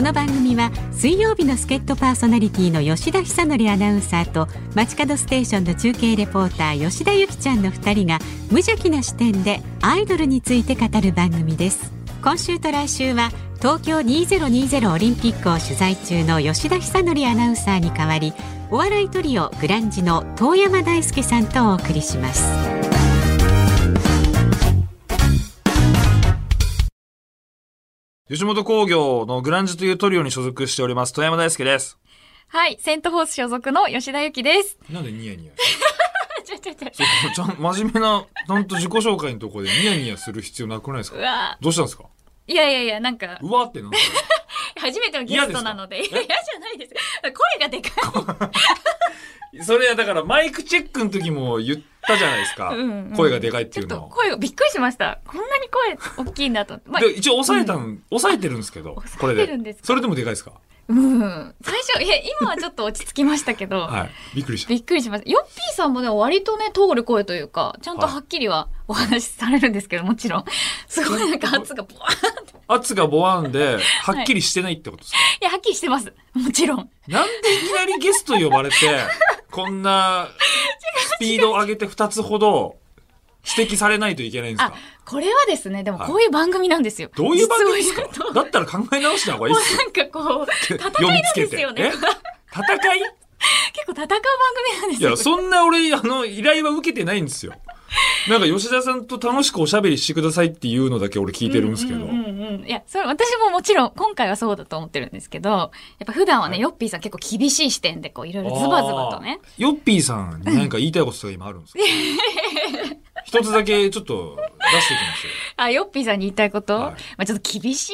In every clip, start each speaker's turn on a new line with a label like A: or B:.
A: の番組は水曜日の助っ人パーソナリティの吉田久典アナウンサーと街角ステーションの中継レポーター吉田由紀ちゃんの2人が無邪気な視点でアイドルについて語る番組です今週と来週は東京2020オリンピックを取材中の吉田久典アナウンサーに代わりお笑いトリオグランジの遠山大輔さんとお送りします
B: 吉本興業のグランジというトリオに所属しております、富山大輔です。
C: はい、セントフォース所属の吉田ゆきです。
B: なんでニヤニヤ
C: ちょちょちょ。
B: ちゃん、真面目な、ちゃんと自己紹介のところでニヤニヤする必要なくないです
C: う
B: か
C: わ
B: どうしたんですか
C: いやいやいや、なんか、
B: うわってなんですか
C: 初めてのゲストなので、
B: 嫌で
C: い
B: す
C: や、
B: か
C: 嫌じゃないです。声がでかい。
B: それはだからマイクチェックの時も言ったじゃないですか。
C: うんうん
B: 声がでかいって
C: ち
B: い
C: ょ
B: う
C: っ
B: の
C: と
B: を。
C: 声がびっくりしました。こんなに声大きいんだ と。まあ、
B: で一応抑えたん、抑えてるんですけど、こ
C: 抑
B: れ
C: えてるんで
B: で。
C: すか
B: それでもでかいですか
C: うん。最初、いや、今はちょっと落ち着きましたけ ど、
B: はい。びっくりした。
C: びっくりしました。ヨッピーさんもね、割とね、通る声というか、ちゃんと
B: はい
C: はっきりはお話しされるんですけど、もちろん。すごいなんか圧がボワーン。い
B: 圧がボワンで、はっきりしてないってことですか、
C: や、はっきりしてます。もちろん。
B: なんでいきなりゲスト呼 ばれて、こんなスピードを上げて2つほど指摘されないといけないんです
C: あ
B: か、
C: これはですね、でも
B: はい
C: こういう番組なんですよ。
B: どういう番組です
C: 実を 言
B: か
C: う
B: だ
C: と
B: ったら考え直した方がいい
C: も
B: で
C: う
B: すよ。
C: なんかこう、戦い
B: 読
C: な
B: み
C: ん
B: つけ
C: です
B: て。
C: よ
B: え
C: ね。
B: 戦
C: 結
B: い
C: 構戦う番組なんで
B: い
C: すよ。
B: や、そんな俺、あの、依頼は受けてないんですよ。なんか吉田さんと楽しくおしゃべりしてくださいっていうのだけ俺聞いてるんですけど。
C: ううんうんうんいや、それ私ももちろん、今回はそうだと思ってるんですけど、やっぱ普段はね、
B: はい
C: ヨッピーさん結構厳しい視点でこう、いろいろズバズバとね
B: あ。ー。ヨッピーさんに何か言いたいこととか今あるんです か一つだけちょっと出してきましょう。
C: あ、ヨッピーさんに言いたいこと、
B: はい
C: まあちょっと厳し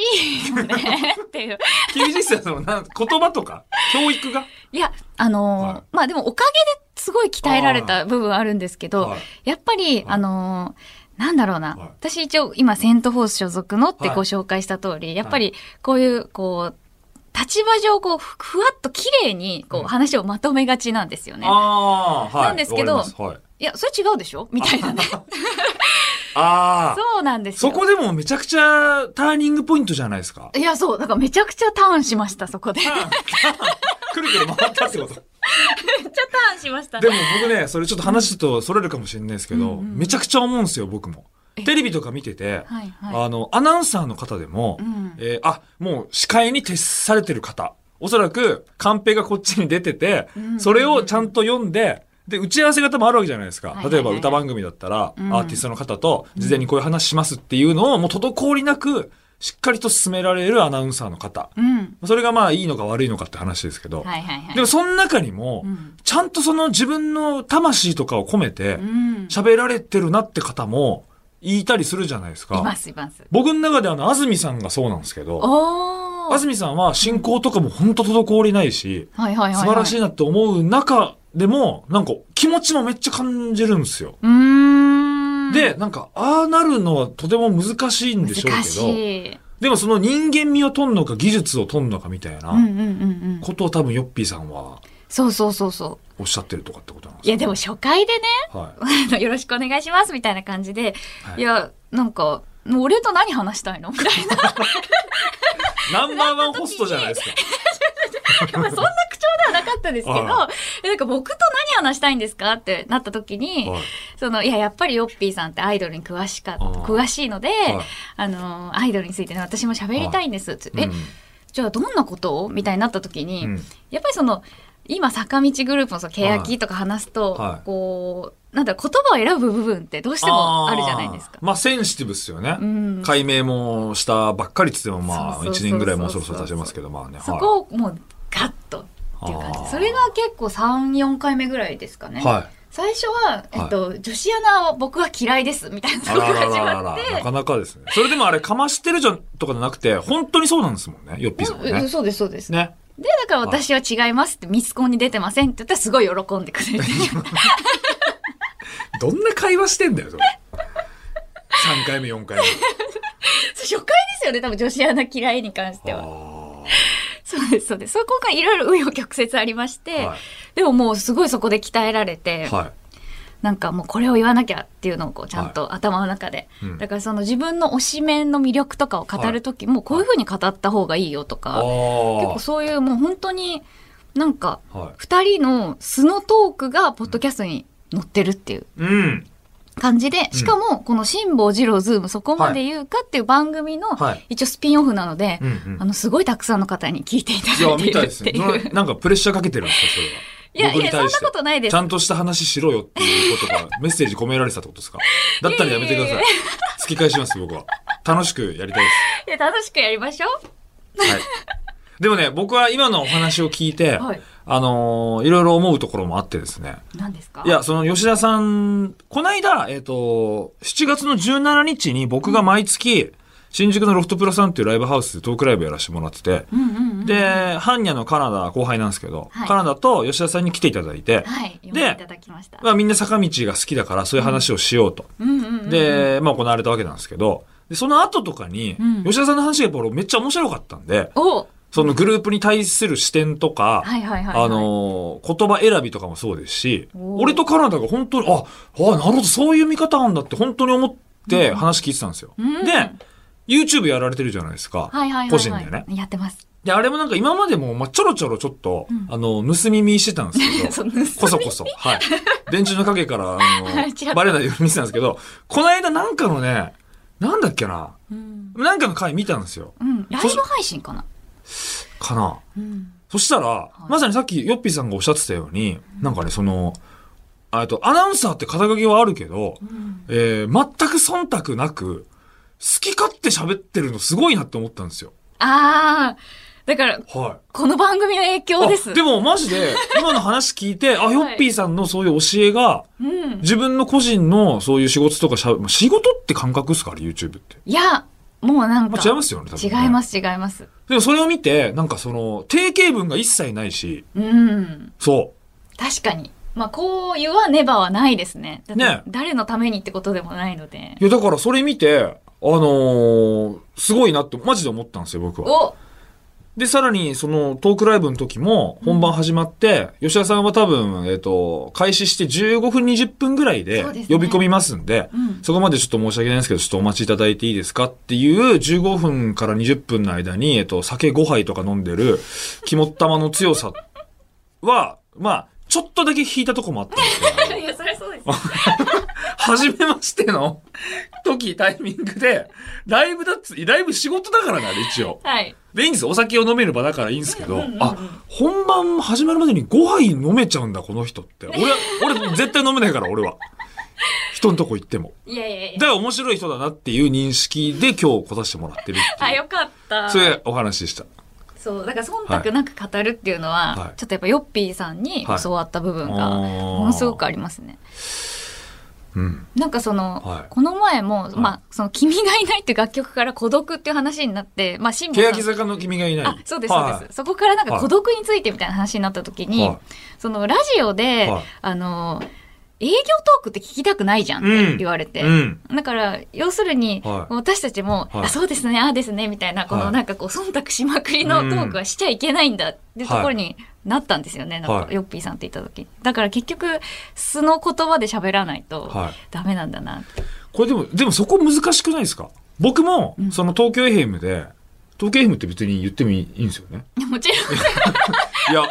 C: いよ ね、っていう。
B: 厳しさのな言葉とか教育が、
C: いや、あのー
B: はい
C: まあでもおかげですごい鍛えられた部分あるんですけど、
B: はい
C: やっぱり、
B: い
C: あのーなんだろうな、
B: はい
C: 私一応今セントフォース所属のって
B: はい
C: ご紹介した通り、やっぱりこういう、こう、立場上こう、ふふわっと綺麗にこ
B: う
C: うん話をまとめがちなんですよね。
B: ああはい
C: なんですけど
B: わかりますはい、
C: いや、それ違うでしょみたい なね。
B: ああ
C: そうなんです
B: そ
C: よ。
B: こでもめちゃくちゃターニングポイントじゃないです か
C: いや、そう。だからめちゃくちゃターンしました、そこ で。めっちゃ
B: くるくる回ったってこと
C: ターンしました
B: で。も僕ねそれちょっと話とそれるかもしれないですけど、
C: うんうん
B: めちゃくちゃ思うんですよ僕も
C: え
B: テレビとか見てて、
C: はいはい。
B: あのアナウンサーの方でも、
C: うん。
B: えーあもう視界に徹されてる方おそらくカンペがこっちに出てて、
C: うん
B: それをちゃんと読んでで打ち合わせ方もあるわけじゃないですか、
C: はいはい
B: 例えば歌番組だったら、
C: うん
B: アーティストの方と事前にこういう話しますっていうのをもう滞りなくしっかりと進められるアナウンサーの方
C: うん。
B: それがまあいいのか悪いのかって話ですけど、
C: はいはいはい。
B: でもその中にも、
C: うん、
B: ちゃんとその自分の魂とかを込めて
C: うん。
B: 喋られてるなって方もいたりするじゃないです
C: いま
B: か。
C: すいます。
B: 僕の中であの、安住さんがそうなんですけど、
C: おー
B: 安住さんは進行とかも本当滞りないし、
C: はいはいはい、は
B: 素晴らしい
C: い。
B: なって思う中でも、なんか気持ちもめっちゃ感じるんですよ。
C: うーん。
B: で、、なんか、ああなるのはとても難しいんでしょう
C: 難
B: けど、
C: しい。
B: でもその人間味を取んのか技術を取んのかみたい
C: うんうん
B: な
C: うんうん。
B: ことを多分ヨッピーさんは
C: そうそうそうそ
B: おっしゃってるとかってことなんで
C: う。い
B: す
C: やでも初回でね、
B: かはい。
C: あのよろしくお願いしますみたいな感じで、
B: はい
C: い、や、なんか、もう俺と何話したいのみた いな。
B: ナンバーワンホストじゃないで すか。
C: まあそんな口調ではなかったですけど、
B: は
C: えなんか僕と何話したいんですかってなった時に、
B: はい
C: その、いや、やっぱりヨッピーさんってアイドルに詳しかった、
B: あー
C: 詳しいので、
B: はい
C: あの、アイドルについてね、私も喋りたいんです。って
B: う
C: え
B: ん、
C: じゃあどんなことをみたいになった時に、
B: うん
C: やっぱりその今坂道グループのその欅とか話すと、
B: はいはい
C: こうなんだろう言葉を選ぶ部分ってどうしてもあるじゃないですか
B: あー。まあ、センシティブっすよね。
C: うん
B: 解明もしたばっかりっつっても、ま
C: そ
B: あ、
C: うそうそう
B: 1年ぐらいもうそろそろ経ちますけど、まあね。
C: そこをもうガッとっていう感
B: あー
C: じそれが結構34回目ぐらいですかね、
B: はい。 はい
C: 最初は、えっと女子アナは僕は嫌いですみたいなと
B: あ
C: こ
B: ら
C: が
B: らら
C: 始
B: ら
C: ま
B: ら
C: っ
B: な
C: て
B: かなかですね。それでもあれ、かましてるじゃんとかじゃなくて、本当にそうなんですもんね、ヨッピーさんも
C: うん
B: ね。
C: そうですそうです、
B: ね。
C: でだから私は違いますってミスコンに出てませんって言ったらすごい喜んでく れて
B: どんな会話してんだよ、それ。3回目、4回目。
C: 初回ですよね多分女子アナ嫌いに関しては
B: あ
C: そうです、そうです。そこがいろいろ紆余曲折ありまして、
B: ーはい
C: でももうすごいそこで鍛えられて、
B: はい。
C: なんかもうこれを言わなきゃっていうのをこうちゃんと頭の中で、
B: うん
C: だからその自分の推しメンの魅力とかを語る時もこういうふうに語った方がいいよとか、
B: あー
C: 結構そういうもう本当になんか
B: はい
C: 2人の素のトークがポッドキャストに載ってるっていう
B: うん。
C: 感じで、しかもこの辛坊治郎ズームそこまで言うかっていう番組の
B: はい
C: 一応スピンオフなので、
B: うんうん
C: あのすごいたくさんの方に聞いていた
B: いや
C: だ、いて
B: み
C: い
B: たいで
C: る っ
B: す
C: て
B: ね。
C: いう。
B: ななんかプレッシャーかけてるんですか、それは。
C: いやい
B: 僕に
C: や、そん
B: 対
C: な
B: して
C: ことないで
B: ち
C: す
B: ゃ。んとした話しろよっていうこと が、メッセージ込められてたってことですかだったらやめてくだ
C: い
B: さ
C: や
B: い。突き返します、僕は。楽しくやりたい
C: いや楽しくやりましょう。
B: です。はい。でもね、僕は今のお話を聞いて、
C: はい
B: あのーいろいろ思うところもあってですね。
C: 何ですか
B: いや、その吉田さん、こないだ、えっ、と、7月の17日に僕が毎月、新宿のロフトプラさんっていうライブハウスでトークライブやらせてもらってて、
C: うんうんうん、
B: で、ハンニャのカナダ後輩なんですけど、
C: はい
B: カナダと吉田さんに来ていただいて、
C: はい、読ん
B: で
C: でいただきました。
B: まあみんな坂道が好きだからそういう話をしようと。
C: うんうんうん、
B: で、まあ行われたわけなんですけど、でその後とかに、
C: うん
B: 吉田さんの話がやっぱ俺めっちゃ面白かったんで、
C: お
B: そのグループに対する視点とか、
C: はいはいはい、はい。
B: あのー言葉選びとかもそうですし、
C: おー
B: 俺とカナダが本当に、あ、あ、なるほど、そういう見方なんだって本当に思って話聞いてたんですよ。
C: うん
B: で、YouTube やられてるじゃないですか。
C: はいはいはいはい、
B: 個人でね。
C: やってます。
B: で、あれもなんか今までも、まあ、ちょろちょろちょっと、
C: うん
B: あの、盗み見してたんですけど、
C: そう盗み
B: こそこそ。はい。電柱の陰から、 あ
C: はいち
B: の、
C: らっと
B: バレないように見てたんですけど、この間なんかのね、なんだっけな、
C: うん、
B: なんかの回見たんですよ。
C: うん、ライブ配信かな。
B: かな。
C: うん、
B: そしたら、
C: い
B: まさにさっきヨッピーさんがおっしゃってたように、なんかね、その、あえっと、アナウンサーって肩書きはあるけど、
C: うん、
B: えー全く忖度なく、好き勝手喋ってるのすごいなって思ったんですよ。
C: ああ、だから
B: はい。
C: この番組の影響です。
B: あでもマジ で、今の話聞いて、あ、ヨッピーさんのそういう教えが、
C: うん、
B: 自分の個人のそういう仕事とかしゃ、まあ仕事って感覚っすかあれ ?YouTube って。
C: いや、もうなん
B: ま
C: か
B: あ違いますよね、多分、ね。。
C: 違いますす違います。
B: でもそれを見て、なんかその、定型文が一切ないし、
C: うん、
B: そ
C: 確かに。まあこう言わねばはないですね。だって
B: ね
C: 誰のためにってことでもないので
B: う。。いや、だからそれ見て、あのーすごいなって、マジで思ったんですよ、僕は。
C: お、
B: で、さらに、その、トークライブの時も、本番始まって、吉田さんは多分、えっ、と、開始して15分、20分ぐらいで
C: そうです、ね
B: 呼び込みますんで、
C: うん、
B: そこまでちょっと申し訳ないんですけど、ちょっとお待ちいただいていいですかっていう、15分から20分の間に、えっと、酒5杯とか飲んでる、肝っ玉の強さは、まあ、ちょっとだけ引いたとこもあったんですけど、
C: いやそりゃそうです。
B: 初めましての時、タイミングで、ライブだっつ、ライブ仕事だからな、あれ一応。
C: はい。
B: で、いいんですよお酒を飲める場だからいいんですけ
C: うん
B: ど
C: うんう、ん
B: あ、本番始まるまでに5杯飲めちゃうんだ、この人って。俺は、俺絶対飲めないから、俺は。人のとこ行っても。
C: いやいやいや。
B: だから面白い人だなっていう認識で今日来させてもらってるって
C: あ、
B: いう。
C: よかった。
B: そういうお話でした。
C: そう、だから忖度なく語るっていうのは、
B: はい
C: ちょっとやっぱヨッピーさんに
B: はい
C: 教わった部分が、
B: あー
C: ものすごくありますね。
B: うん。
C: なんかその、
B: はい
C: この前も、
B: い
C: まあ、その、君がいないっていう楽曲から孤独っていう話になって、まあ、辛坊さん
B: 欅坂の君がいない。
C: あ、そうです、そうです。
B: はい
C: そこからなんか孤独についてみたいな話になった時に、
B: はい
C: その、ラジオで、
B: はい
C: あの、営業トークって聞きたくないじゃんって言われて、
B: うん。
C: だから、要するに、
B: はい
C: 私たちも、
B: はい
C: あ、そうですね、ああですね、みたいな、こ
B: は
C: の
B: い
C: なんかこう、忖度しまくりのトークはしちゃいけないんだっていうところになったんですよね、なん
B: は
C: か、
B: い
C: ヨッピーさんって言った時。だから結局、素の言葉で喋らないと
B: はい、
C: ダメなんだなって。
B: これでも、でもそこ難しくないですか僕も、その東京 FM で、東京 FM って別に言ってもいいいいんですよね。
C: もちろん、
B: い や、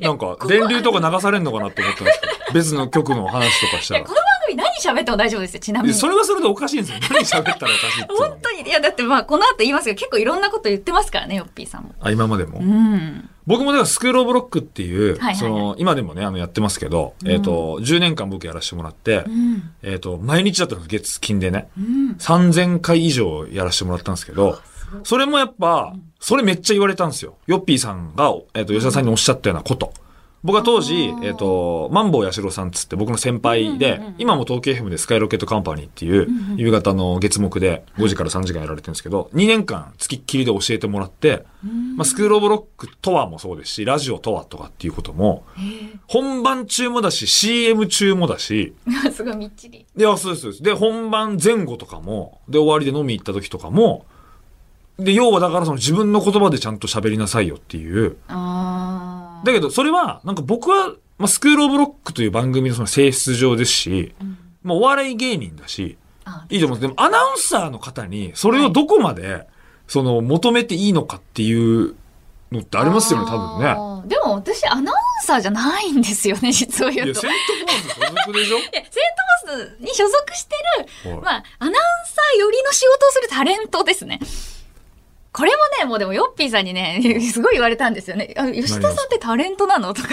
B: なんか、電流とか流されんのかなって思ったんですけど、別の局の話とかした
C: いや
B: ら
C: こ。の番組何喋っても大丈夫ですよ、ちなみ
B: いや
C: に。
B: それはそれでおかしいんですよ。何喋ったらおかしいっていうのも
C: 本当に。いや、だってまあ、この後言いますけど、結構いろんなこと言ってますからね、ヨッピーさんも。
B: あ、今までも
C: う。ん。
B: 僕もだからスクールオブロックっていう、
C: はいはいはい
B: その、今でもね、あの、やってますけど、えっ、と、10年間僕やらせてもらって、
C: うん。
B: えっ、と、毎日だったんです、月金でね。
C: うん。
B: 3000回以上やらせてもらったんですけど、それもやっぱ、それめっちゃ言われたんですよ。ヨッピーさんが、えっ、と、吉田さんにおっしゃったようなこと。僕は当時
C: あ、ー
B: えっ、と、マンボウ八代さんつって僕の先輩で、
C: うんうんうん
B: 今も東京 FM でスカイロケットカンパニーっていう、
C: んうん
B: 夕方の月目で5時から3時間やられてるんですけど、2年間月っきりで教えてもらって、まあ、スクールオブロックとはもそうですし、ラジオとはとかっていうことも、本番中もだし、CM 中もだし、
C: へえすごいみっちり。
B: いや、そうです、そうです。で、本番前後とかも、で、終わりで飲み行った時とかも、で、要はだからその自分の言葉でちゃんと喋りなさいよっていう。
C: ああ。
B: だけど、それは、なんか僕はまあ、スクールオブロックという番組のその性質上ですし、まあ、お笑い芸人だし、
C: あ
B: いいと思うんです。でも、アナウンサーの方に、それをどこまで、その、求めていいのかっていうのってありますよね、多分ね。
C: ね。でも私アナウンサーじゃないんですよね、実を
B: い
C: 言う
B: や、
C: と。
B: セントフォーズ所属でしょ
C: いやセントフォースに所属して
B: は
C: る、
B: い
C: まあ、アナウンサー寄りの仕事をするタレントですね。これもね、もうでも、ヨッピーさんにね、 すごい言われたんですよね。あ吉田さんってタレントなのとか、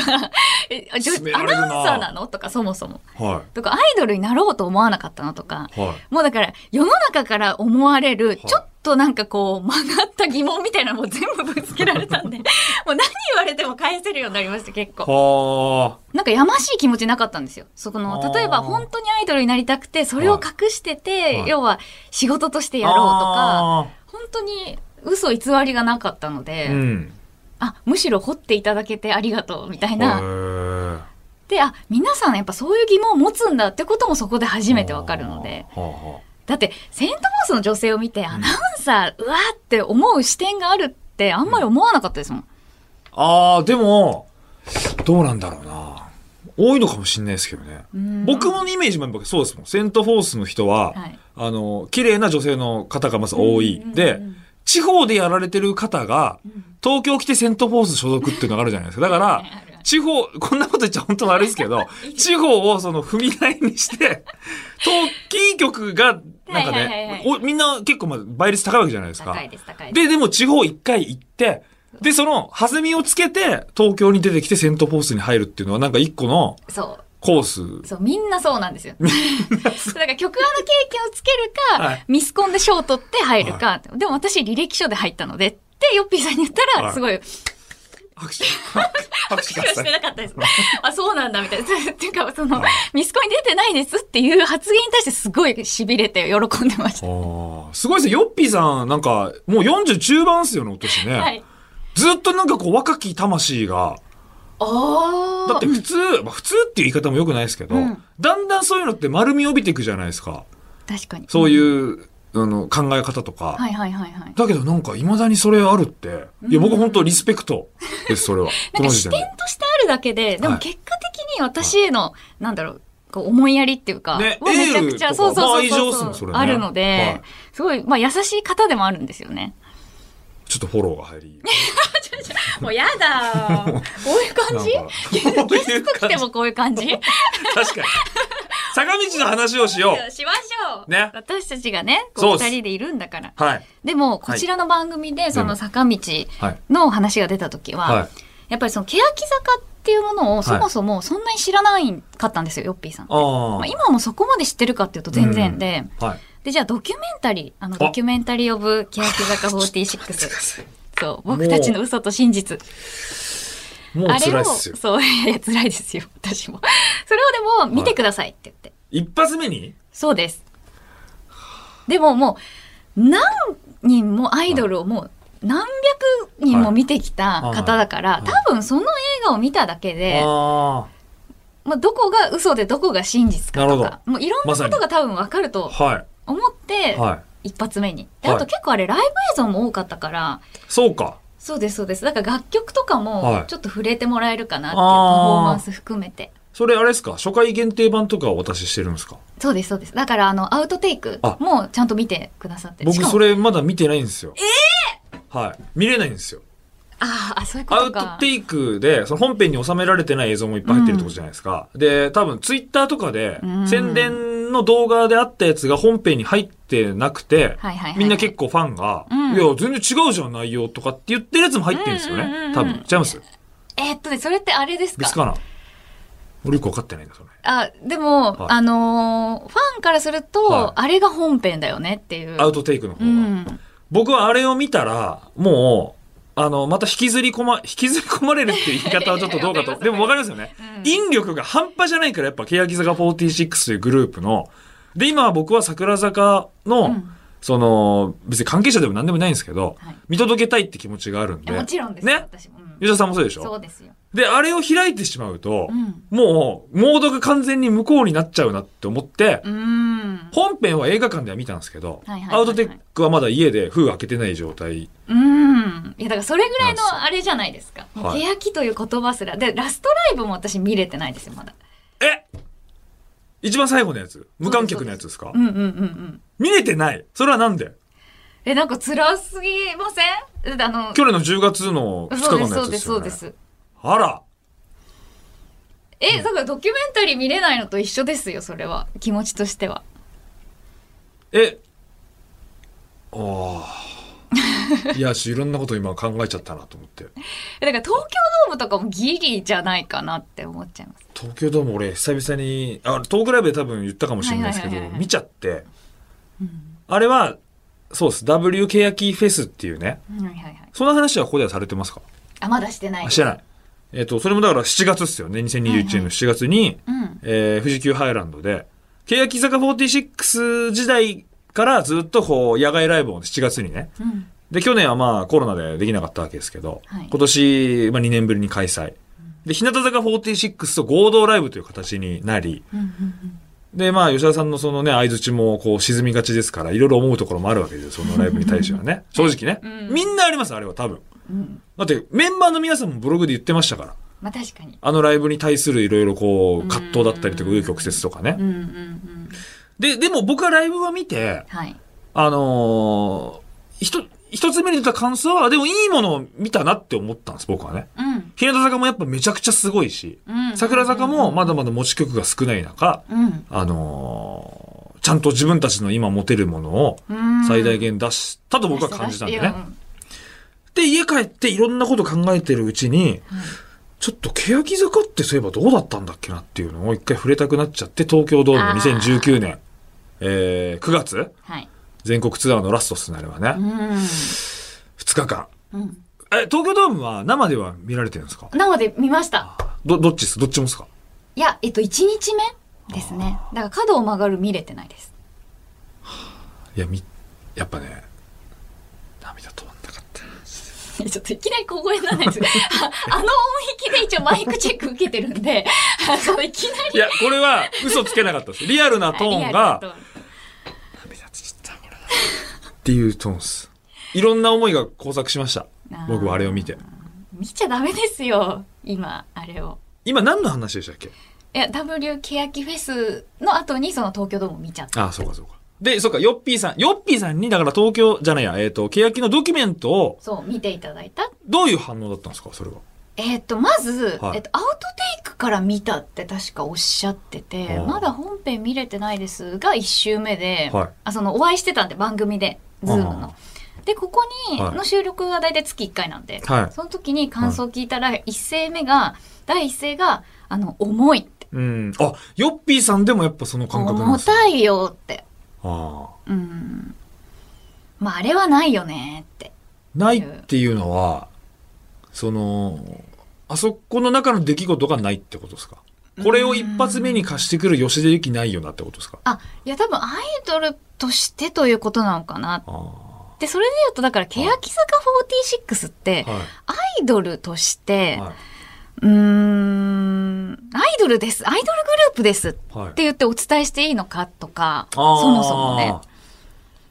C: えあじょ
B: 詰めら
C: ア
B: れるな
C: ナウンサーなのとか、そもそも。
B: は
C: とか、アイドルになろうと思わなかったのとか。
B: い。はい。
C: もうだから、世の中から思われる、ちょっとなんかこう、曲がった疑問みたいなのも全部ぶつけられた んで、もう何言われても返せるようになりました、結構。
B: は
C: なんかやましい気持ちなかったんですよ。そこ
B: あ
C: の、
B: ー
C: 例えば本当にアイドルになりたくて、それを隠してて、
B: はい
C: 要は仕事として
B: あ。
C: やろうとか、
B: あ
C: 本当に嘘偽りがなかったので、
B: ー。うん。
C: あ、むしろ掘っていただけてありがとう、みたい
B: へ
C: な。
B: ー
C: で、あ、皆さんやっぱそういう疑問を持つんだってこともそこで初めてわかるので。。
B: はあは
C: だって、セントモースの女性を見て、アナウンサー、うわーって思う視点があるって、あんまり思わなかったですもん。
B: あ。あー、でも、どうなんだろうな。多いのかもしれないですけどね。
C: うん
B: 僕もイメージもやっぱそうですもん。セントフォースの人は、
C: はい
B: あの、綺麗な女性の方がまず多い。
C: うんうんうん
B: で、地方でやられてる方が、東京来てセントフォース所属っていうのがあるじゃないですか。だから
C: ねあるある、
B: 地方、こんなこと言っちゃ本当は悪いですけど、地方をその踏み台に して、東キー局が、なんか
C: はいはいはいは
B: ね
C: い、
B: おみんな結構まあ倍率高いわけじゃないですか。
C: 高いです、高いです。
B: で、でも地方一回行って、で、その、弾みをつけて、東京に出てきてセントフォースに入るっていうのは、なんか一個の
C: そう。
B: コース。
C: そう、みんなそうなんです よ。だから曲アの経験をつけるか、
B: はい
C: ミスコンで賞を取って入るか、でも私履歴書で入ったので、ってヨッピーさんに言った
B: は
C: ら、
B: い
C: すごい、
B: 拍手。拍手
C: 苦
B: くだ
C: 労し
B: さ
C: て
B: い。
C: なかったです。 あ、そうなんだ、みたいな。 っていうか、その、ミスコンに出てないですっていう発言に対してすごい痺れて喜んでました。
B: ああ、すごいですね。ヨッピーさん、なんか、もう40中盤っすよね、お年ね。
C: はい。
B: ずっとなんかこう、若き魂が、
C: おー。
B: だって普通、まあ普通っていう言い方も良くないですけど、
C: うん
B: だんだんそういうのって丸みを帯びていくじゃないですか。
C: 確かに。。
B: そういうう、あの、考え方とか。
C: はいはいはいはい。
B: だけどなんか未だにそれあるって。いや、僕本当リスペクトです、それは。
C: な
B: こ
C: ん
B: の
C: か
B: 時
C: 視
B: 点
C: 点
B: で。
C: としてあるだけで、で
B: は
C: も
B: い
C: 結果的に私への、なんだろう、こう思いやりっていうか、
B: ね
C: はめちゃくち
B: エー
C: ゃ、
B: ル
C: そう
B: とかま
C: そ
B: あ
C: う
B: 愛
C: そ
B: 情
C: う
B: っす
C: そ
B: も
C: うん
B: それね
C: あるので、
B: はい
C: すごい、まあ優しい方でもあるんですよね。
B: ちょっとフォローが入り。
C: もうや だーこういう感じ
B: なんかこういう
C: 来
B: 感じ
C: てもこういう感じ
B: 確かに。坂道の話をしよう。
C: しましょう。
B: ね
C: 私たちがね、
B: そ
C: こ
B: う
C: う
B: です
C: 二人でいるんだから。
B: はい。
C: でも、こちらの番組で、その坂道
B: はい。
C: の話が出た時は、
B: はい。
C: やっぱりその、欅坂っていうものをそもそもそんなに知らないかったんですよ、ヨッピーさん。
B: あ
C: まあ、今もそこまで知ってるかっていうと全然で、
B: あ。はい。
C: で、じゃあドキュメンタリー、あの、ドキュメンタリーオブ、欅坂46。そう、 僕たちの嘘と真実。
B: もう
C: あれ
B: 辛い
C: を、
B: っすよ。
C: そう、いやいや辛いですよ、私も。それをでも、見てくださいって言って。
B: 一発目に
C: そうです。でももう、何人もアイドルをもう、何百人も見てきた方だから、
B: はいはい
C: 多分その映画を見ただけで、
B: あ
C: まあ、どこが嘘でどこが真実か
B: な
C: と
B: る
C: か、もういろんなことが多分わかる
B: あ。
C: と
B: は
C: 思って
B: い。、はい。
C: 一発目に。で
B: はい
C: あと結構あれライブ映像も多かったから、
B: そうか。
C: そうですそうです。だから楽曲とか
B: は
C: も
B: い
C: ちょっと触れてもらえるかなっていうパ
B: あ
C: フ
B: ー
C: ォーマンス含めて。
B: それあれですか初回限定版とかをお渡ししてるんですか
C: そうですそうです。だからあのアウトテイク
B: あ
C: もちゃんと見てくださって。し
B: 僕
C: かも
B: それまだ見てないんですよ。ええはい。見れないんですよ。
C: あーあそういうこ
B: ア
C: と
B: ウト
C: か。
B: テイクで、その本編に収められてない映像もいっぱい入ってるってことじゃないですか。で、多分ツイッターとかで
C: うん、
B: 宣伝の動画であったやつが本編に入ってなくて、
C: はいはいはいはい
B: みんな結構ファンが、
C: うん
B: いや、全然違うじゃん、内容とかって言ってるやつも入ってるんですよ
C: うんうんうんう
B: ね
C: ん。
B: 多分。違います
C: えーっとねそれってあれですか。
B: ですかな俺よくわかってないんだ、それ。
C: あでも、
B: はい
C: あのーファンからすると、
B: はい
C: あれが本編だよねっていう。
B: アウトテイクの方
C: う
B: が。
C: ん。
B: 僕はあれを見たら、もう、あの、また引きずり込ま、引 きずり込まれるっていう言い方はちょっとどうか
C: いやい
B: と。で
C: や わかります
B: もわかりますよね。
C: うん
B: 引力が半端じゃないから、やっぱ、欅坂46というグループの、で、今は僕は桜坂の、
C: うん
B: その、別に関係者でも何でもないんですけど、
C: はい
B: 見届けたいって気持ちがあるん
C: い
B: で。
C: やもちろんですよ、
B: ね。
C: 私も、うん
B: 吉田さんもそうでし
C: そ
B: ょ
C: うですよ。
B: で、あれを開いてしまうと、
C: うん。
B: もう、モードが完全に向こうになっちゃうなって思って、
C: うん。
B: 本編は映画館では見たんですけど、
C: はいはいはいはい
B: アウトテックはまだ家で封開けてない状態
C: うん。いやだからそれぐらいのあれじゃないですか。
B: はい
C: 欅という言葉すら。で、ラストライブも私見れてないですよ、まだ。
B: え一番最後のやつ無観客のやつですか
C: うんうんうんうん。
B: 見れてないそれはなんで
C: え、なんか辛すぎませんだってあの、
B: 去年の10月の2日
C: そうで
B: 間
C: す、
B: のや
C: そう
B: つ
C: で、
B: ですす
C: そ
B: よ
C: うで
B: ね。
C: す。
B: あら
C: え、だからドキュメンタリー見れないのと一緒ですよ、それは。気持ちとしては。
B: えああ。いやし、いろんなこと今考えちゃったなと思って。
C: えだから東京ドームとかもギリじゃないかなって思っちゃいます。
B: 東京ドーム俺久々に、あ、トークライブで多分言ったかもしれないですけ
C: はいは
B: ど
C: いはい、はい
B: 見ちゃって、あれは、そうです。W ケヤキフェスっていうね。
C: はいはいはい。
B: その話はここではされてますか
C: あ、まだしてない。
B: あ知らない。えっ、と、それもだから7月っすよね。2021年の7月に、
C: うん。
B: えー富士急ハイランドで、欅坂46時代からずっとこう、野外ライブを7月にね。
C: うん。
B: で、去年はまあコロナでできなかったわけですけど、
C: はい
B: 今年、まあ2年ぶりに開催。で、日向坂46と合同ライブという形になり、
C: うんうんうん。
B: で、まあ、吉田さんのそのね、相槌もこう沈みがちですから、いろいろ思うところもあるわけですよ、そのライブに対してはね。 正直ね、
C: うん
B: みんなあります、あれは多分。
C: うん。
B: だって、メンバーの皆さんもブログで言ってましたから。
C: まあ確かに。
B: あのライブに対するいろいろこう、葛藤だったりとか、
C: う
B: 紆
C: ん
B: 余曲折とかね
C: う。んうんうん。
B: で、でも僕はライブは見て、
C: はい。
B: あのーひと一つ目に出た感想は、でもいいものを見たなって思ったんです、僕はね。
C: うん。
B: 日向坂もやっぱめちゃくちゃすごいし、
C: うん。
B: 桜坂もまだまだ持ち曲が少ない中、
C: うん。
B: あのーちゃんと自分たちの今持てるものを
C: うん。
B: 最大限出したと僕は感じたんで
C: 出し
B: ね
C: て。出して
B: で、家帰っていろんなこと考えてるうちに、ちょっと欅坂ってそういえばどうだったんだっけなっていうのを一回触れたくなっちゃって、東京ドーム2019年、えー、9月
C: はい。
B: 全国ツアーのラストっすね、あれはね。
C: う
B: 2日間。
C: ん。うん。
B: え、東京ドームは生では見られてるんですか
C: なので見ました。
B: ど、どっちっすどっちもっすか
C: いや、えっと、1日目ですね。だから角を曲がる見れてないです。
B: いや、み、やっぱね、涙止まんなかった。
C: えちょっといきなり小声にならない です。ああの音域で一応マイクチェック受けてるんで、 あのいきなり。
B: いや、これは嘘つけなかったです。リアルなトーンが、
C: リアルな
B: 涙つったこれっていうトーンっす。いろんな思いが交錯しました
C: あー。
B: 僕はあれを見て。
C: 見ちゃダメですよ、今、あれを。
B: 今何の話でしたっけ
C: いや、W ケヤキフェスの後にその東京ドーム見ちゃった。
B: ああ、そうかそうか。で、そうか、ヨッピーさん。ヨッピーさんに、だから東京じゃないや、えっ、と、欅のドキュメントを、
C: そう、見ていただいた。
B: どういう反応だったんですかそれは。
C: えっ、と、まず、
B: はい
C: えっと、アウトテイクから見たって確かおっしゃってて、
B: あー
C: まだ本編見れてないですが、1周目で、
B: はい
C: あその、お会いしてたんで、番組で、ズーム
B: あ
C: の。で、ここに、
B: はい
C: の収録が大体月1回なんで、
B: はい
C: その時に感想聞いたら、一声目が、第一声が、あの、重いって、
B: うん。あ、ヨッピーさんでもやっぱその感覚なん
C: 重
B: ですね
C: たいよって、
B: ああ。
C: うん。まあ、あれはないよねって。
B: ないっていうのは、その、あそこの中の出来事がないってことですかこれを一発目に貸してくる吉田ゆきないよなってことですか
C: あ、いや、多分アイドルとしてということなのかな。
B: ああ。
C: で、それで言うと、だから、欅坂46って、
B: は
C: アイドルとし
B: い。
C: て、
B: は
C: うーん、アイドルです、アイドルグループですって
B: い。はい。
C: 言ってお伝えしていいのかとか、そ
B: あー
C: もそもね。。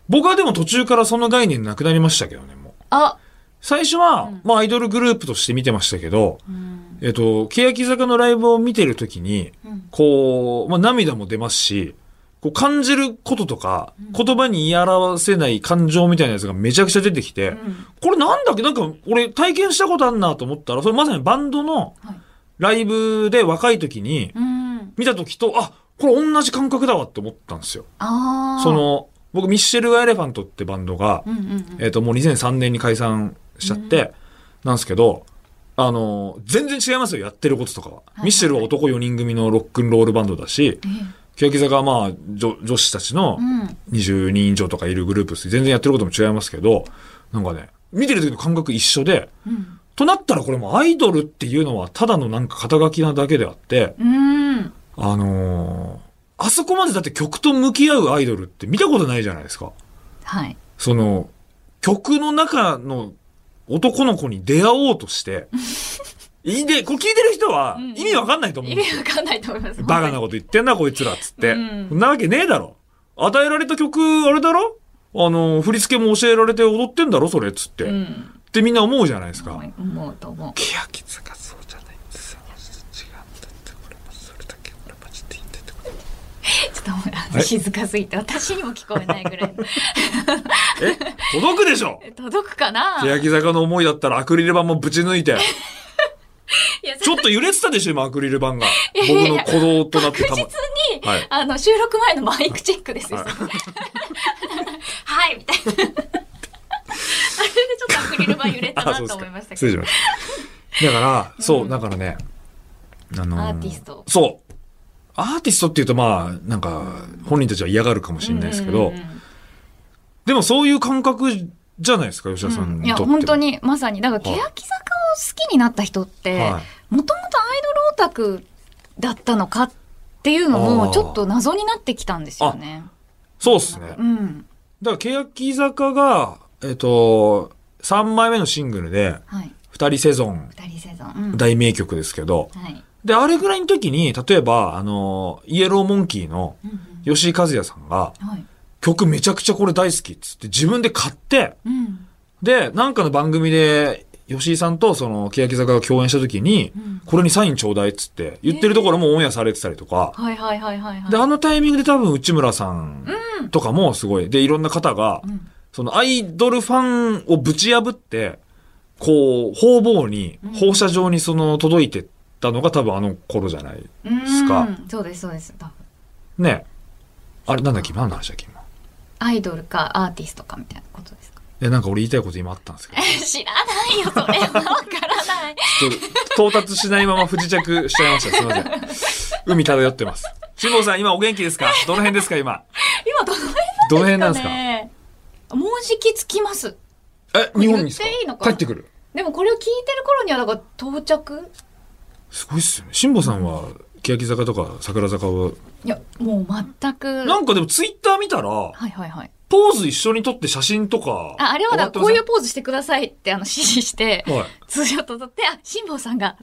B: 僕はでも途中からその概念なくなりましたけどね、もう。
C: あ、
B: 最初は、
C: うん
B: まあアイドルグループとして見てましたけど、
C: うん、
B: えっと、欅坂のライブを見てるときに、
C: うん
B: こう、まあ涙も出ますし、こう感じることとか、言葉に言い表せない感情みたいなやつがめちゃくちゃ出てきて、
C: うん
B: これなんだっけなんか俺体験したことあんなと思ったら、それまさにバンドの
C: はい
B: ライブで若い時に
C: うん、
B: 見た時と、あ、これ同じ感覚だわって思ったんですよ。
C: ああ。
B: そ、の、僕ミッシェル・エレファントってバンドが
C: う、んうんうん、
B: えっ、と、もう2003年に解散しちゃって、なんですけど、あの、全然違いますよ、やってることとかは。
C: い
B: ミッシェルは男4人組のロックンロールバンドだし、
C: え
B: 欅坂はまあ女、女子たちの
C: うん、
B: 20人以上とかいるグループですし全然やってることも違いますけど、なんかね、見てる時の感覚一緒で、
C: うん、
B: となったらこれもアイドルっていうのはただのなんか肩書きなだけであって、
C: うん、
B: あのーあそこまでだって曲と向き合うアイドルって見たことないじゃないですか。
C: はい。
B: その、曲の中の男の子に出会おうと して、いいで、これ聞いてる人は
C: うん
B: 意味わかんないと思う
C: 意
B: んです
C: 味
B: よ。
C: わかんないと思います。
B: バカなこと言ってんな、こいつら、つって。
C: うん
B: そんなわけねえだろ。与えられた曲、あれだろあの、振り付けも教えられて踊ってんだろ、それ、つって。
C: うん、
B: ってみんな思うじゃないですか。
C: 思うと思う。
B: 欅坂そうじゃないんですよ。違うんだって、これもそれだけ、俺マジでいいんだって。
C: ちょっともうあの静かすぎて私にも聞こえない ぐらい。
B: え届くでしょ
C: 届くかな
B: 欅坂の思いだったらアクリル板もぶち抜いて、
C: いや
B: ちょっと揺れてたでしょ、今アクリル板が。僕の鼓動となって
C: 確
B: た
C: 実
B: ま
C: に、、
B: はい
C: あの、収録前のマイクチェックですよ。
B: は
C: はいい、みたいな。あれでちょっとアクリル板 揺れた
B: あ、
C: な
B: そうです
C: と思い
B: か
C: まし。た
B: 失礼
C: けど。
B: しました。だから、そう、だからね、あの
C: アーティスト
B: そう。アーティストっていうと、まあ、なんか、本人たちは嫌がるかもしれないですけど、
C: うんうんうん
B: でもそういう感覚じゃないですか、吉田さん
C: い
B: にと
C: や
B: っては。
C: 本当にまさにだから
B: はい
C: 欅坂を好きになった人って
B: はい
C: もともとアイドルオタクだったのかっていうの
B: あー
C: もちょっと謎になってきたんですよね。
B: そうですね。だ
C: う
B: か
C: ん
B: ら、欅坂が、えっと、3枚目のシングルで、
C: はい、
B: 二人セゾン、
C: 二人セゾン、うん
B: 大名曲ですけど、
C: はい
B: で、あれぐらいの時に、例えば、あの、イエローモンキーの
C: うん
B: 吉井和也さんが、
C: うんはい
B: 曲めちゃくちゃこれ大好きっつって、自分で買って、
C: うん
B: で、なんかの番組で、吉井さんとその、欅坂が共演した時に、
C: うん
B: これにサインちょうだいっつって、言ってるところもオンエアされてたりとか、
C: はいはいはいはいはい
B: で、あのタイミングで多分内村さんとかもすごい、で、いろんな方が、
C: うん
B: そのアイドルファンをぶち破って、こう、方々に、放射状にその届いてったのが多分あの頃じゃない。すか
C: うんそうですそうです多分
B: ね。あれ、なんだっけ何の話だっけ今。
C: アイドルかアーティストかみたいなことですか
B: え、なんか俺言いたいこと今あったんですけど、
C: 知らないよそれはわからない
B: ちょっと到達しないまま不時着しちゃいました。すいません。海漂ってます。辛坊さん、今お元気ですかどの辺ですか今。
C: 今どの辺
B: どの辺なんですか
C: ねもうじきつきます
B: え、日本にですか
C: 言っていいのか
B: 帰
C: な
B: ってくる。
C: でもこれを聞いてる頃にはだから到着
B: すごいっすよね。辛坊さんは、欅坂とか桜坂は、
C: いやもう全く
B: なんかでもツイッター見たら、
C: はいはいはい
B: ポーズ一緒に撮って写真とか。
C: ああれはだ
B: 上がって
C: か
B: ませ
C: らこう
B: ん
C: いうポーズしてくださいってあの指示 して
B: はい。
C: ツーショット撮ってあ辛坊さん が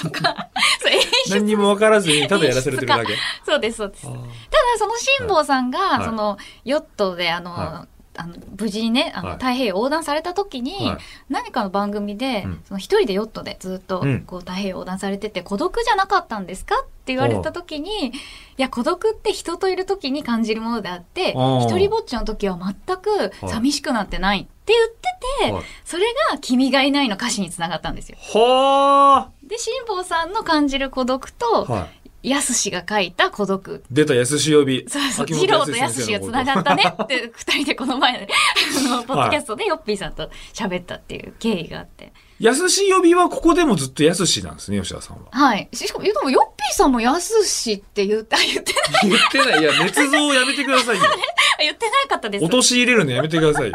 C: とかそう演出
B: 何にも分からずに、ただやらされてるだけ。
C: そうですそうですただ
B: あ
C: その辛坊さんが、
B: い
C: そのヨットであの、
B: は
C: あの無事にねあの、
B: はい
C: 太平洋横断された時に、
B: はい
C: 何かの番組で、
B: うん
C: その一人でヨットでずっと
B: うん
C: こう太平洋横断されてて孤独じゃなかったんですかって言われた時にいや孤独って人といる時に感じるものであって
B: あー
C: 一人ぼっちの時は全く
B: い
C: 寂しくなんてないって言ってて、
B: はい
C: それが「君がいない」の歌詞につながったんですよ。
B: は
C: で辛坊さんの感じる孤独
B: あ。
C: と
B: はい。
C: やすしが書いた孤独
B: 出た安し呼び。
C: そうそう、
B: 秋
C: 二
B: 元
C: 郎とや
B: 康
C: す
B: 先
C: し
B: 生
C: が
B: の
C: つ
B: こと
C: ながったねって、二人でこの前、あの、ポッドキャストでヨッピーさんと喋ったっていう経緯があって。
B: 安し呼びはここでもずっと安しなんですね、吉田さんは。
C: はい。しかも、でもヨッピーさんもやすしって 言った、言ってな
B: 言ってない。いや、捏造をやめてくださ いよ。
C: い、言ってなかったです。
B: 落とし入れるのやめてくださいよ。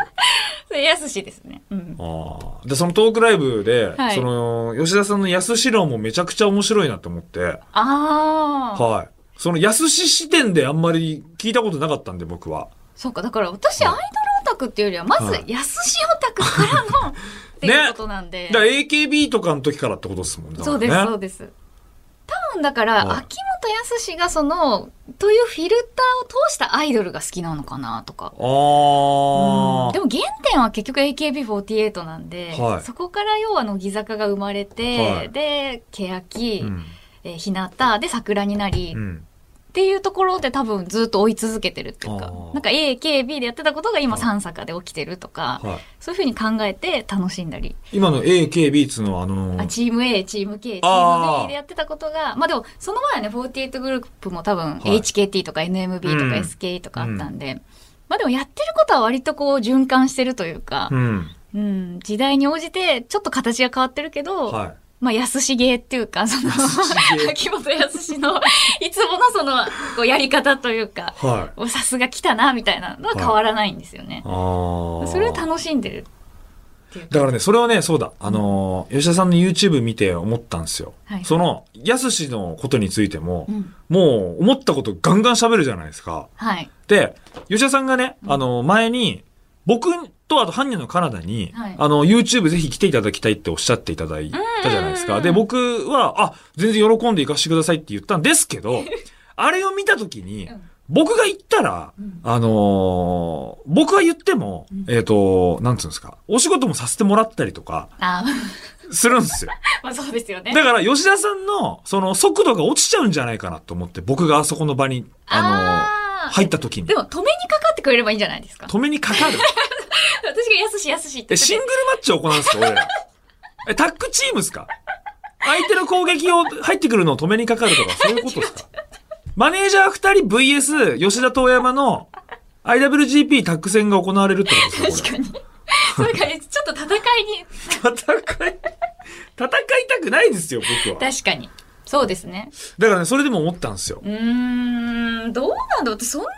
C: それやすしですね。うん。
B: ああ。で、そのトークライブで、
C: はい
B: その、吉田さんの安し論もめちゃくちゃ面白いなと思って、
C: ああ。
B: はい。その安し視点であんまり聞いたことなかったんで、僕は。
C: そうか、だから私、アイドルオタクっていうよりは、ま
B: は
C: ず
B: い、
C: やすしオタク からの、っていうことなんで。
B: だから AKB とかの時からってことですもんね。だから
C: そうです、そう
B: ね。
C: です。多分だか
B: は
C: ら、
B: い
C: 秋元康がその、というフィルターを通したアイドルが好きなのかなとか。
B: ああ。
C: でも原点は結局 AKB48 なんで、
B: はい
C: そこから要は乃木坂が生まれて、
B: はい
C: で、欅、
B: うん
C: えー日向、で、桜になり、
B: う
C: っ
B: ん。
C: ていうところで多分ずっと追い続けてるっていう
B: あ
C: か
B: ー、
C: なんか AKB でやってたことが今
B: はい
C: 三坂で起きてるとか、
B: はい。
C: そういうふうに考えて楽しんだり、
B: 今の AKB っつうのは、あの
C: あチーム A、チーム K、チー
B: あー
C: ム B でやってたことが、まあでもその前はね、48グループも多分
B: はい
C: HKT とか NMB とか
B: うん
C: SKE とかあったんで、まあでもやってることは割とこう循環してるというか、
B: うん。
C: うん、時代に応じてちょっと形が変わってるけど、
B: は
C: まあ安し芸っていうかその
B: 安し芸
C: 秋元康のいつものそのこうやり方というか
B: い。はい。
C: おさすが来たなみたいなのは変わらないんですよね。
B: ああ。
C: それを楽しんでるっていうか
B: だからね、それはね、そうだ。あのー吉田さんの YouTube 見て思ったんですよ。
C: はい
B: その、やすしのことについても、
C: うん
B: もう思ったことガンガン喋るじゃないですか。
C: はい
B: で、吉田さんがね、あのー前に、僕とあと、ハンニャのカナダに、
C: はい
B: あの、YouTube ぜひ来ていただきたいっておっしゃっていただいたじゃないです
C: うん
B: か。
C: うん
B: で、
C: うん
B: 僕 は、あ、全然喜んで行かせてくださいって言ったんですけど、あれを見たときに
C: うん、
B: 僕が言ったら、あのー僕が言っても、えっ、と、なんつうんですか、お仕事もさせてもらったりとか、
C: あ
B: するんですよ。
C: まあそうですよね。
B: だから、吉田さんの、その、速度が落ちちゃうんじゃないかなと思って、僕があそこの場に、あのー
C: あー
B: 入った時に
C: で、も止めにかかってくれればいいんじゃないですか。
B: 止めにかか る。
C: 私がやすしやすし
B: え、
C: って言って
B: シン
C: て
B: グルマッチを行うんですか、俺ら。え、タッグチームですか相手の攻撃を、入ってくるのを止めにかかるとか、そういうことですかマネージャー二人 VS 吉田遠山の IWGP タッグ戦が行われるってことですかこ
C: そうかねちょっと戦いに、
B: れ戦い、戦いたくないですよ、僕は。
C: 確かに。そうですね。
B: だからね、それでも思ったんですよ
C: う。ーん、どうなんだろう私そんなに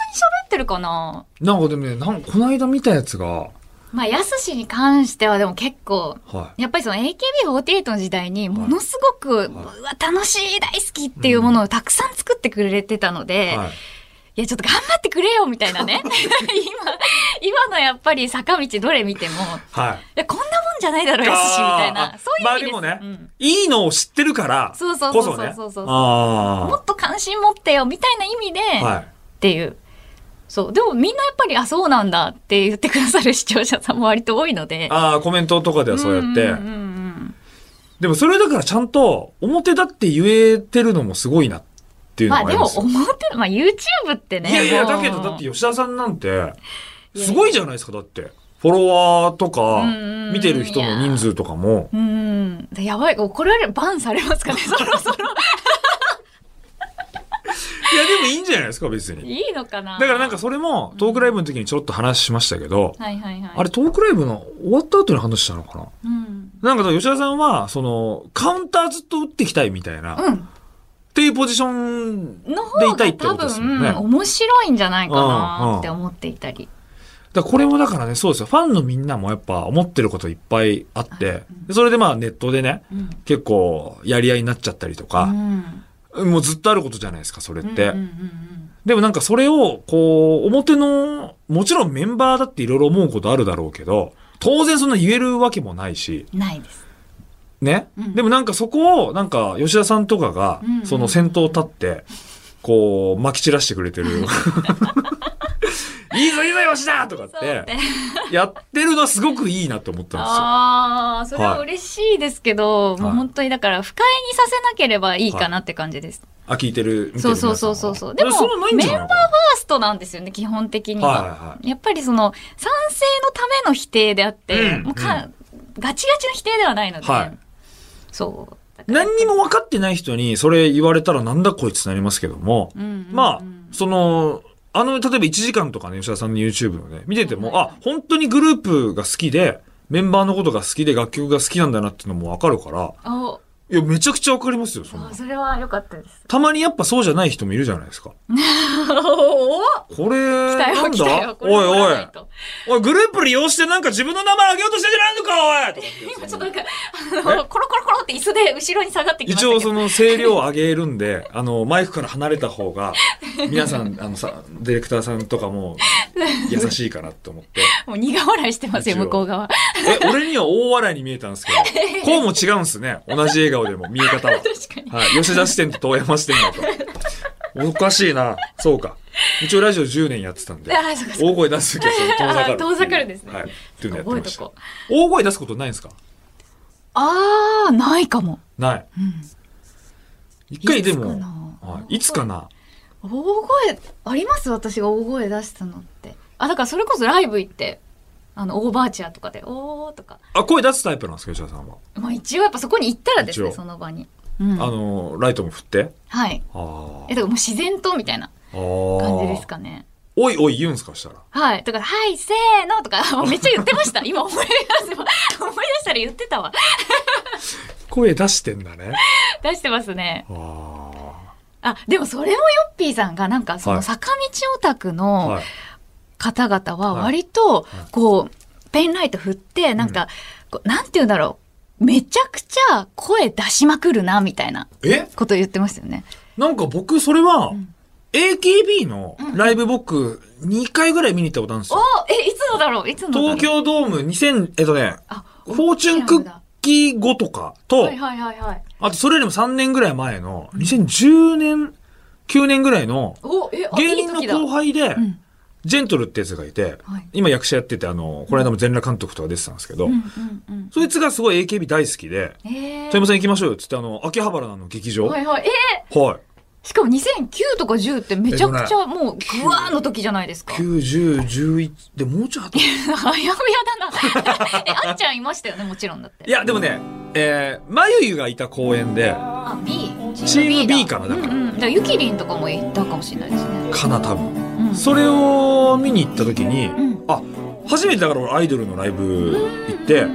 C: 喋ってるかな
B: なんかでもね、なんこの間見たやつが、
C: まあ、やすしに関してはでも結構、
B: はい。
C: やっぱりその AKB48 の時代にものすごく、う
B: は
C: わ、楽しい、大好きっていうものをたくさん作ってくれてたので、
B: はい。
C: いや、ちょっと頑張ってくれよ、みたいな ね。今、今のやっぱり坂道どれ見ても、い
B: はい。
C: や、こんなもんじゃないだろ、やすし、みたい
B: あ
C: な。
B: ー
C: そういう意味です。
B: まあで
C: う
B: もね、
C: ん
B: いいのを知ってるから、
C: そうそう
B: こ
C: そうそ
B: そうね。
C: そうそうも
B: あ
C: っと関心持ってよ、みたいな意味で、
B: あ。はい。
C: っていう。そう。でもみんなやっぱり、あ、そうなんだって言ってくださる視聴者さんも割と多いので。
B: ああ、コメントとかではそうやって。
C: んうんうん
B: でもそれだからちゃんと表だって言えてるのもすごいなっていうの
C: まあ
B: があ
C: で
B: り
C: も
B: ますよ。
C: 思ってる、まあ YouTube ってね。
B: いやいや、
C: も
B: だ
C: う
B: けどだって吉田さんなんて、すごいじゃないですか、だって。フォロワーとか
C: うんうんう、ん
B: 見てる人の人数とかも。
C: うん。でやばい、怒られる、バンされま すかね、そろそろ。
B: いや、でもいいんじゃないですか、別に。
C: いいのかな。
B: だからなんかそれもトークライブの時にちょっと話しましたけど、
C: はいはいはい。
B: あれトークライブの終わった後に話したのかな
C: うん。
B: なんかだから吉田さんは、その、カウンターずっと打っていきたいみたいな、っ
C: うん。
B: ていうポジション
C: の
B: で
C: 方
B: いたい
C: が
B: って
C: 多
B: ことですよね。
C: 分、面白いんじゃないかなって思っていたり。
B: だからこれもだからね、そうですよ。ファンのみんなもやっぱ思ってることいっぱいあって、でそれでまあネットでね、
C: うん。
B: 結構やり合いになっちゃったりと
C: う
B: か、
C: ん
B: もうずっとあることじゃないですか、それっ
C: うん
B: て。
C: うんうん
B: でもなんかそれを、こう、表の、もちろんメンバーだっていろいろ思うことあるだろうけど、当然そんな言えるわけもないし、
C: うんないです。
B: ね。
C: うん
B: でもなんかそこを、なんか吉田さんとかが
C: うんうんう、ん
B: その先頭立って、こう、撒き散らしてくれて る。いいぞいいぞ吉田とかっ
C: そう
B: て
C: ね、
B: やってるのはすごくいいなって思ったんですよ。
C: ああ、それは嬉しいですけど、
B: い
C: もう本当にだから不快にさせなければいいかなって感じです。
B: あ、聞いてる、見てる皆さん
C: そう
B: は。
C: そうそうそうそう。
B: でも、
C: でも
B: そんなないん
C: メ
B: じ
C: ン
B: ゃ
C: バ
B: ない
C: ーフ
B: の
C: ァ
B: か
C: ーストなんですよね、基本的には。
B: はいはいは
C: やっぱりその賛成のための否定であって、
B: うん
C: もうかガチガチの否定ではないので、
B: はい
C: そう。だ
B: な
C: から
B: 何にも分かってない人に、それ言われたらなんだこいつなりますけども、
C: うんうんうん
B: まあ、その、あの、例えば1時間とかね、吉田さんの YouTube のね、見てても、あ、本当にグループが好きで、メンバーのことが好きで、楽曲が好きなんだなっていうのも分かるから、
C: お
B: いや、めちゃくちゃ分かりますよ、そんな
C: あ。それは良かっ たです。
B: たまにやっぱそうじゃない人もいるじゃないですか。
C: おお
B: これ、
C: 来た
B: な
C: よ
B: ん
C: 来たよ
B: だ
C: こ
B: おい
C: れは
B: お
C: 取らないい、と
B: おい、グループ利用してなんか自分の名前あげようとしてんじゃないのか、おいとかって
C: 今ちょっとなんか、あの、コロコロコロって椅子で後ろに下がってきました
B: 一
C: けど。
B: 応その声量を上げるんで、あの、マイクから離れた方が、皆さん、あのさ、ディレクターさんとかも優しいかなって思って。
C: もう苦笑いしてますよ、
B: 一応
C: 向こう側。
B: え、俺には大笑いに見えたんですけ ど、こうも違うんすね。同じ笑顔でも見え方は。
C: 確かに。
B: はい。吉田視点と遠山視点だと。おかしいな。そうか。一応ラジオ10年やってたんで
C: あーそうか、そ
B: 大声出す時はそれ遠ざかるっていう。
C: あー遠ざかるですね
B: はい。っていうのやって
C: 覚え
B: ま
C: と
B: した
C: こ。う。
B: 大声出すことないんですか
C: あー、ないかも。
B: ない。一回でも、
C: いつかな
B: はいいつかな。
C: 大声、あります私が大声出したのって。あ、だからそれこそライブ行って、あの、オーバーチャーとかで、おーとか。
B: あ、声出すタイプなんですか吉田さんは。
C: まあ一応やっぱそこに行ったらですね、
B: 一応
C: その場に。うん。
B: あの、ライトも振って。
C: はい。
B: あ
C: え、だからもう自然とみたいな感
B: 感
C: じです。かね。
B: おいおい言うんすかしたら。
C: はい。だから、はい、せーのとか、 もうめっちゃ言ってました。今思い出すわ。 思い出したら言ってたわ。
B: 声出してんだね。
C: 出してますね。
B: あ
C: あ、でもそれもヨッピーさんがなんかそ
B: は
C: の
B: い
C: 坂道オタク
B: あ。
C: の、
B: はい。
C: 方々は
B: はい
C: 割とこうペンライト振ってなんかこうなんて言うんだろうめちゃくちゃ声出しまくるなみたいな
B: え
C: ことを言ってましたよね。
B: なんか僕、それは、AKB のライブ僕、2回ぐらい見に行ったことあるんです
C: お
B: よ。
C: えいつのだろういつのだろう
B: 東京ドーム2000、えっとね、
C: あ
B: フォーチュンクッキー後とかと
C: はい、はいはいはい。
B: あとそれよりも3年ぐらい前の、2010年、 9年ぐらいの
C: お、え、あ
B: 芸人の
C: いい時だ
B: 後輩で
C: ん、
B: ジェントルってやつがいて
C: はい、
B: 今役者やってて、あの、この間も全裸監督とか出てたんですけど
C: う、んうんうん。
B: そいつがすごい AKB 大好きで、
C: えー
B: 富山さん行きましょうよっつって、あの、秋葉原のあの劇場。
C: は
B: はい
C: はい。え
B: い。
C: ー、しかも2009とか10ってめちゃくちゃもうグワーの時じゃないです か。
B: 9、10、11でもうちょい後い
C: あやふやだな。 え、あっちゃんいましたよね、もちろんだって。
B: や、でもね、えー、まゆゆがいた公演で、
C: あ、B。
B: チーム B
C: だ
B: かな、だ
C: う
B: か
C: ん
B: ら。
C: うん。だからゆきりんとかも行ったかもしれないですね。
B: かな、多分。
C: うん。
B: それを見に行った時に、
C: うん
B: あ、初めてだから俺アイドルのライブ行って、や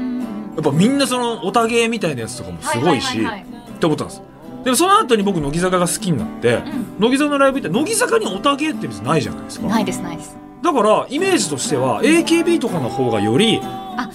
B: っぱみんなそのオタゲーみたいなやつとかもすごいし、
C: はははは
B: って思ったんです。でもその後に僕乃木坂が好きになって、乃木坂のライブ行って、乃木坂にオタゲーって別にないじゃないです
C: う
B: か
C: ん。ないですないです。
B: だからイメージとしては AKB とかの方がより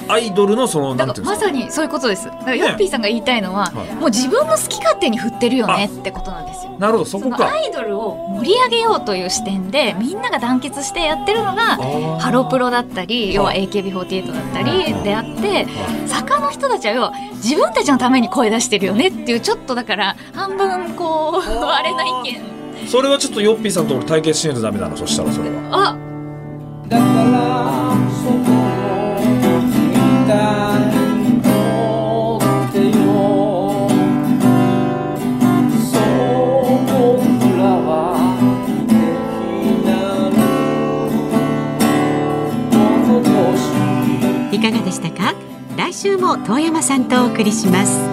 B: アイドルのそのな
C: だ
B: ん
C: か
B: てい
C: ら
B: うんで
C: ます
B: か
C: さにそういうことです。だからヨッピーさんが言いたいのは、
B: はい
C: もう自分の好き勝手に振ってるよねってことなんですよ。
B: なるほどそこ
C: の
B: か
C: アイドルを盛り上げようという視点でみんなが団結してやってるのが
B: あー
C: ハロプロだったり要は AKB48 だったり
B: うん
C: であって坂の人たちは要は自分たちのために声出してるよねっていうちょっとだから半分こ う
B: ー
C: あれな意見
B: それはちょっとヨッピーさんと俺対決しないとダメだなそしたらそれは
C: あ
D: だからそこを聞いたいとってよそう僕らはできなるものとし
A: いかがでしたか来週も遠山さんとお送りします